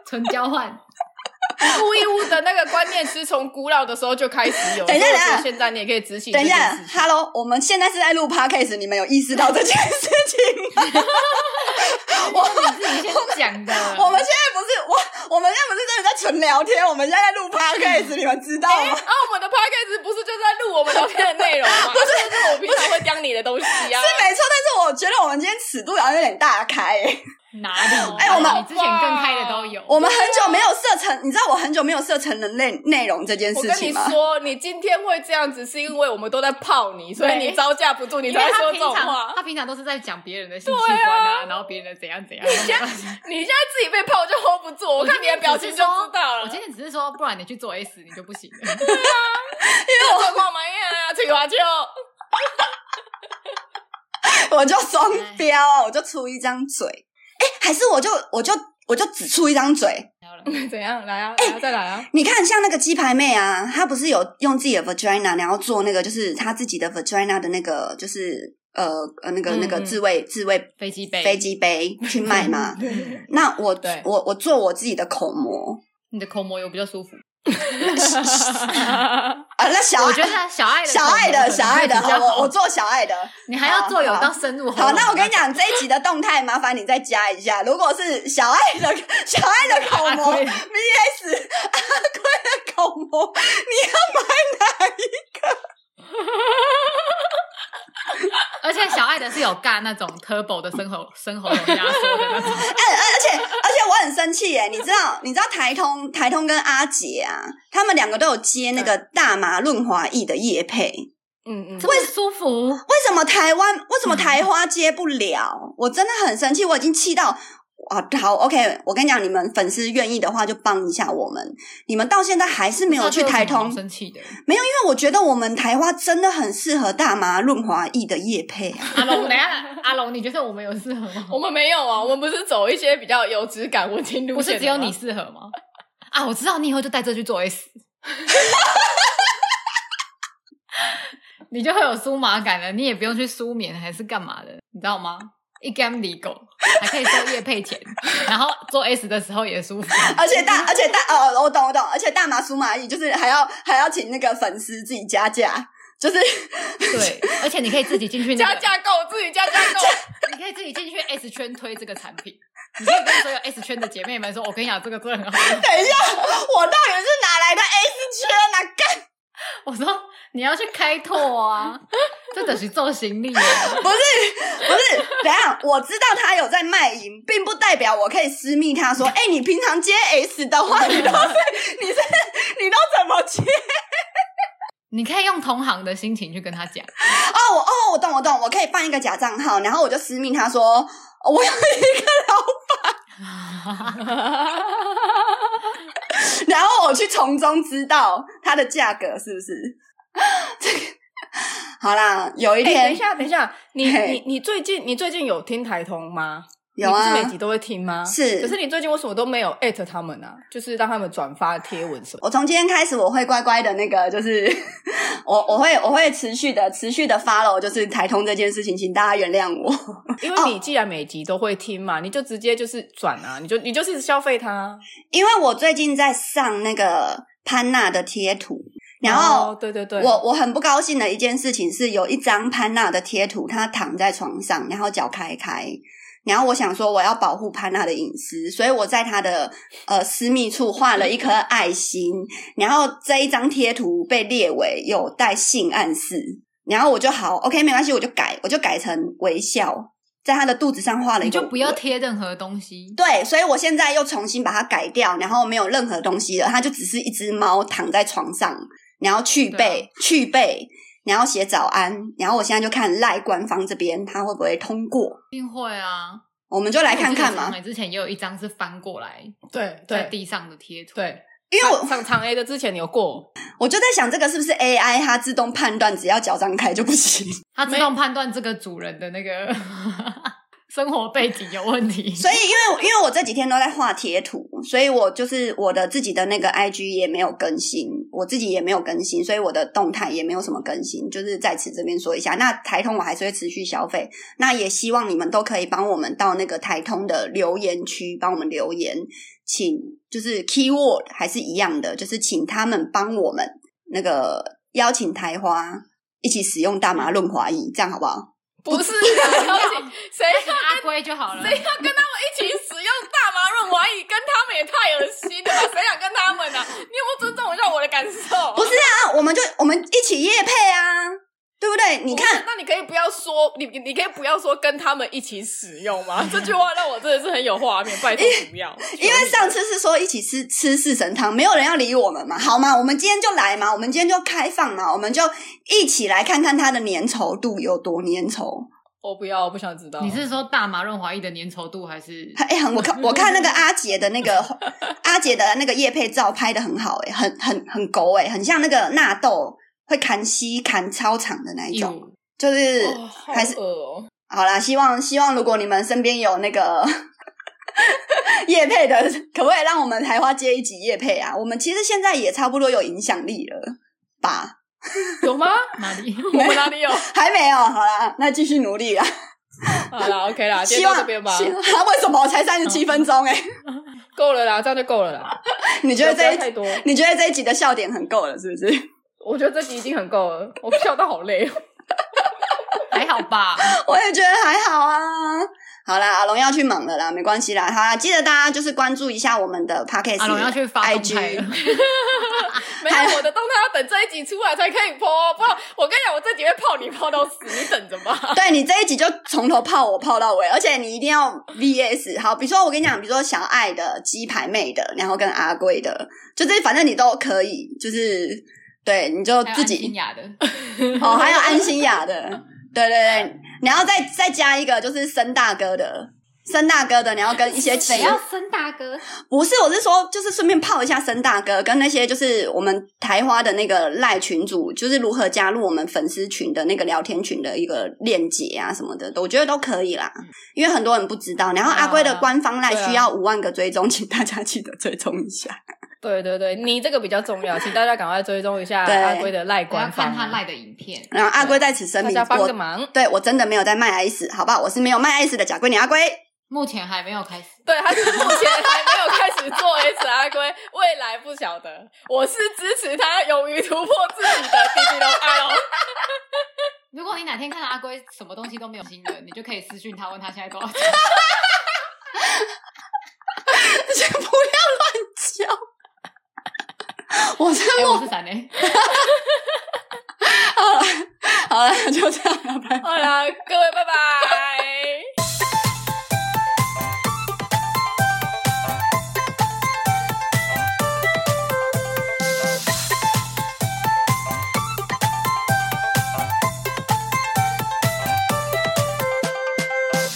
S3: 纯交换。
S1: 故意屋的那个观念是从古老的时候就开始有，
S2: 等一下
S1: 所以我觉
S2: 等一
S1: 得
S2: 下
S1: 现在你也可以执行。
S2: 等一下，，Hello，我们现在是在录 Podcast，你们有意识到这件事情吗？
S3: 我你自己先讲的。
S2: *laughs* 我们现在不是我，我们现在不是真的在纯聊天，我们现在在录
S1: *laughs*
S2: podcast，你们知道吗？
S1: 啊，我们的 podcast 不是就在录我们聊天的内容
S2: *laughs*
S1: 吗？不 *laughs* 是，就是我平常会讲你的东西啊。
S2: 是没错，但是我觉得我们今天尺度好像有点大开、欸。
S3: 哪里？
S2: 哎我们
S3: 你之前更开的都有。
S2: 我们很久没有设成，你知道我很久没有设成人类内容这件
S1: 我
S2: 事
S1: 跟你
S2: 情吗？
S1: 说，你今天会这样子，是因为我们都在泡你，所以你招架不住，你
S3: 因
S1: 才会
S3: 为他
S1: 说这
S3: 平
S1: 种
S3: 常
S1: 话。
S3: *laughs* 他平常都是在讲别人的性器官啊，然后别人的怎样怎样。
S1: 你现在自己被泡就 hold 不住，我看你的表情就知道了。
S3: 我今天只是说，不然你去做 S 你就不行了。
S1: 天有状况吗？因为啊翠华就
S2: 我就双
S3: 哎
S2: 标啊，我就出一张嘴。哎、还是我就我就我就只出一张嘴。
S3: 好了
S1: 怎样来啊，来啊，再来啊！
S2: 你看，像那个鸡排妹啊，她不是有用自己的 vagina，然后做那个就是她自己的 vagina 的那个就是呃呃那个那个
S1: 嗯嗯
S2: 自慰自慰
S3: 飞机杯，
S2: 飞机
S3: *laughs*
S2: 杯去卖嘛？
S3: 嗯
S2: 那我
S1: 对
S2: 我我做我自己的口模
S3: 你的口膜有比较舒服。
S2: 啊，那小
S3: 我觉得小爱的
S2: 小爱的小爱的，
S3: 口膜
S2: 好，
S3: 比较好
S2: 我我做小爱的。
S3: 你还要做有
S2: 好
S3: 到深入喉咙
S2: 好，那我跟你讲，这一集的动态，麻烦你再加一下。如果是小爱的小爱的口
S3: 阿
S2: 模
S3: 贵
S2: VS 阿贵的口哎模，你要买哪一？
S3: 而且小爱的是有尬那种 turbo 的生喉生喉咙压缩的那种，
S2: 哎、而且而且我很生气耶！你知道你知道台通台通跟阿杰啊，他们两个都有接那个大麻润滑液的叶配，为
S1: 嗯嗯，
S3: 这么舒服。
S2: 什么台湾为什么台花接不了？我真的很生气，我已经气到。啊，好，OK，我跟你讲，你们粉丝愿意的话就帮一下我们。你们到现在还是没有去台
S3: 不
S2: 通
S3: 知道这有什么好，生气的。
S2: 没有，因为我觉得我们台花真的很适合大麻润滑液的叶配啊。
S3: 阿龙，等一下，阿龙，你觉得我们有适合吗？
S1: 我们没有啊，我们不是走一些比较有质感、文青路
S3: 不
S1: 线的吗
S3: 是只有你适合吗？啊，我知道，你以后就带这去做 S，你就会有酥麻感了，你也不用去舒眠还是干嘛的，你知道吗？一干离狗，还可以收夜配钱，然后做 S 的时候也舒服。
S2: 而且大，而且大，哦，我懂，我懂。而且大麻酥麻意就是还要还要请那个粉丝自己加价，就是
S3: 对，而且你可以自己进去、那
S1: 加
S3: 个，
S1: 架构，自己加架构。
S3: 你可以自己进去 S 圈推这个产品。你可以跟所有 S 圈的姐妹们说，我跟你讲，这个真的很好用。
S2: 等一下，我到底是哪来的 S 圈啊？干
S3: 我说你要去开拓啊，这等于做行李啊。
S2: 不是不是，等一下我知道他有在卖淫，并不代表我可以私密他说，哎、你平常接 S 的话，你都是你是你都怎么接？
S3: 你可以用同行的心情去跟他讲，
S2: 哦，我哦，我懂我懂，我可以办一个假账号，然后我就私密他说，哦我有一个老然后我去从中知道它的价格是不是？这个好啦，有一
S1: 哎，
S2: 天、
S1: 等一下，等一下，你
S2: 嘿
S1: 你你最近你最近有听台通吗？
S2: 有啊
S1: 你不是每集都会听吗？
S2: 是
S1: 可是你最近为什么都没有艾特他们啊？就是让他们转发贴文什么？
S2: 我从今天开始，我会乖乖的那个，就是 *laughs* 我我会我会持续的持续的 follow，就是台通这件事情，请大家原谅我。 *laughs*
S1: 因为
S2: 哦
S1: 你既然每集都会听嘛，你就直接就是转啊，你就你就是消费它啊。
S2: 因为我最近在上那个潘娜的贴图，然后
S1: 哦对对对，
S2: 我我很不高兴的一件事情是，有一张潘娜的贴图，她躺在床上，然后脚开开。然后我想说，我要保护潘娜的隐私，所以我在她的呃私密处画了一颗爱心。然后这一张贴图被列为有带性暗示，然后我就好 OK 没关系，我就改，我就改成微笑，在她的肚子上画了一
S3: 你
S2: 个
S3: 就不要贴任何东西。
S2: 对，所以我现在又重新把它改掉，然后没有任何东西了，它就只是一只猫躺在床上，然后去
S3: 啊
S2: 背、去背，然后写早安，然后我现在就看赖官方这边它会不会通过，
S3: 一定会啊，
S2: 我们就来看看
S3: 我记
S2: 嘛
S3: 得。之前也有一张是翻过来
S1: 对
S3: 在
S1: 对
S3: 地上的贴图，
S1: 对，
S2: 因为我
S1: 上上 A 的之前你有
S2: *laughs*
S1: 过，
S2: 我就在想，这个是不是 AI 它自动判断只要脚张开就不行？
S3: 它自动判断这个主人的那个 *laughs* 生活背景有问题。
S2: 所以因为因为我这几天都在画贴图，所以我就是我的自己的那个 IG 也没有更新，我自己也没有更新，所以我的动态也没有什么更新，就是在此这边说一下。那台通我还是会持续消费，那也希望你们都可以帮我们到那个台通的留言区帮我们留言，请就是 keyword 还是一样的，就是请他们帮我们那个邀请台花一起使用大麻润滑液，这样好不好？
S1: 不是啊？邀请谁
S3: 阿龟就好了，
S1: 谁要跟他们一们也太恶心
S2: *laughs*
S1: 了吧？谁想跟他们呢、啊？你有没有尊重一下我的感受？
S2: 不是啊，我们就我们一起夜配啊，对不对？你看，
S1: 哦那你可以不要说，你你可以不要说跟他们一起使用吗？这句话让我真的是很有画面，拜托不要。
S2: *laughs* 因为上次是说一起吃吃四神汤，没有人要理我们嘛，好嘛，我们今天就来嘛，我们今天就开放嘛，我们就一起来看看它的粘稠度有多粘稠。
S1: 我哦不要，我不想知道。哦
S3: 你是说大麻润滑液的粘稠度还是？
S2: 哎、很我看我看那个阿杰的那个阿杰的那个叶配照拍的很好哎、很很很狗哎、很像那个纳豆会砍西砍超长的那一种，
S3: 哟
S2: 就是、
S1: 哦好
S2: 还是
S1: 恶哦。
S2: 好啦，希望希望如果你们身边有那个 *laughs* 叶配的，可不可以让我们台花接一集叶配啊？我们其实现在也差不多有影响力了吧？
S1: 有 *laughs* 吗？
S3: 哪里？
S1: 我们哪里有？
S2: 还没有，好啦，那继续努力啦。
S1: 好啦 o k *laughs* 啦，今天
S2: 希
S1: 到
S2: 望
S1: 这边吧
S2: 希，望啊，为什么我才三十七分钟、欸？哎，
S1: 够了啦，这样就够了啦。
S2: 你觉得
S1: 不要
S2: 这一
S1: 太多，
S2: 你觉得这一集的笑点很够了，是不是？
S1: 我觉得这集已经很够了，我笑到好累哦。 *laughs*
S3: *laughs* 还好吧？
S2: 我也觉得还好啊。好啦，阿龙要去忙了啦，没关系啦。好啦，记得大家就是关注一下我们的 podcast，
S3: 阿龙要去发动态
S2: IG，
S3: 了，
S1: 没有，我的动态要等这一集出来才可以播哦，不然我跟你讲，我这集会泡你泡到死，你等着吧。
S2: *laughs* 对你这一集就从头泡我泡到尾，而且你一定要 VS。好，比如说我跟你讲，比如说小爱的、鸡排妹的，然后跟阿贵的，就这反正你都可以，就是对，你就
S3: 还有
S2: 自
S3: 安心
S2: 己
S3: 雅的，
S2: 哦，还有安心雅
S3: *laughs*
S2: 的，对对对，你要再再加一个就是森大哥的。森大哥的，你要跟一些其
S3: 谁要生大哥？
S2: 不是，我是说，就是顺便泡一下森大哥，跟那些就是我们台花的那个赖群主，就是如何加入我们粉丝群的那个聊天群的一个链接啊什么的，我觉得都可以啦。因为很多人不知道，然后阿龟的官方赖
S1: 对啊
S2: 需要五万个追踪，请大家记得追踪一下。
S1: *laughs* 对对对，你这个比较重要，请大家赶快追踪一下
S2: 对
S1: 阿龟的赖
S3: 我要
S1: 官方
S3: 看
S1: 啊，
S3: 他赖的影片。
S2: 然后阿龟在此声
S1: 大
S2: 明，
S1: 家帮个
S2: 我
S1: 忙。
S2: 对我真的没有在卖 S，好不好？我是没有卖 S 的假龟你阿龟。
S3: 目前还没有开始，
S1: 对，他是目前还没有开始做 S 阿龟，未来不晓得。我是支持他勇于突破自己的 *laughs* 弟弟龙阿龙。
S3: 如果你哪天看到阿龟什么东西都没有新的，你就可以私讯他，问他现在多少钱。
S2: *laughs* 先不要乱叫， *laughs* 我真
S3: 哎、
S2: 的
S3: 我是闪嘞，
S2: 好了，就这样了，拜拜。
S1: 好啦，各位，拜拜。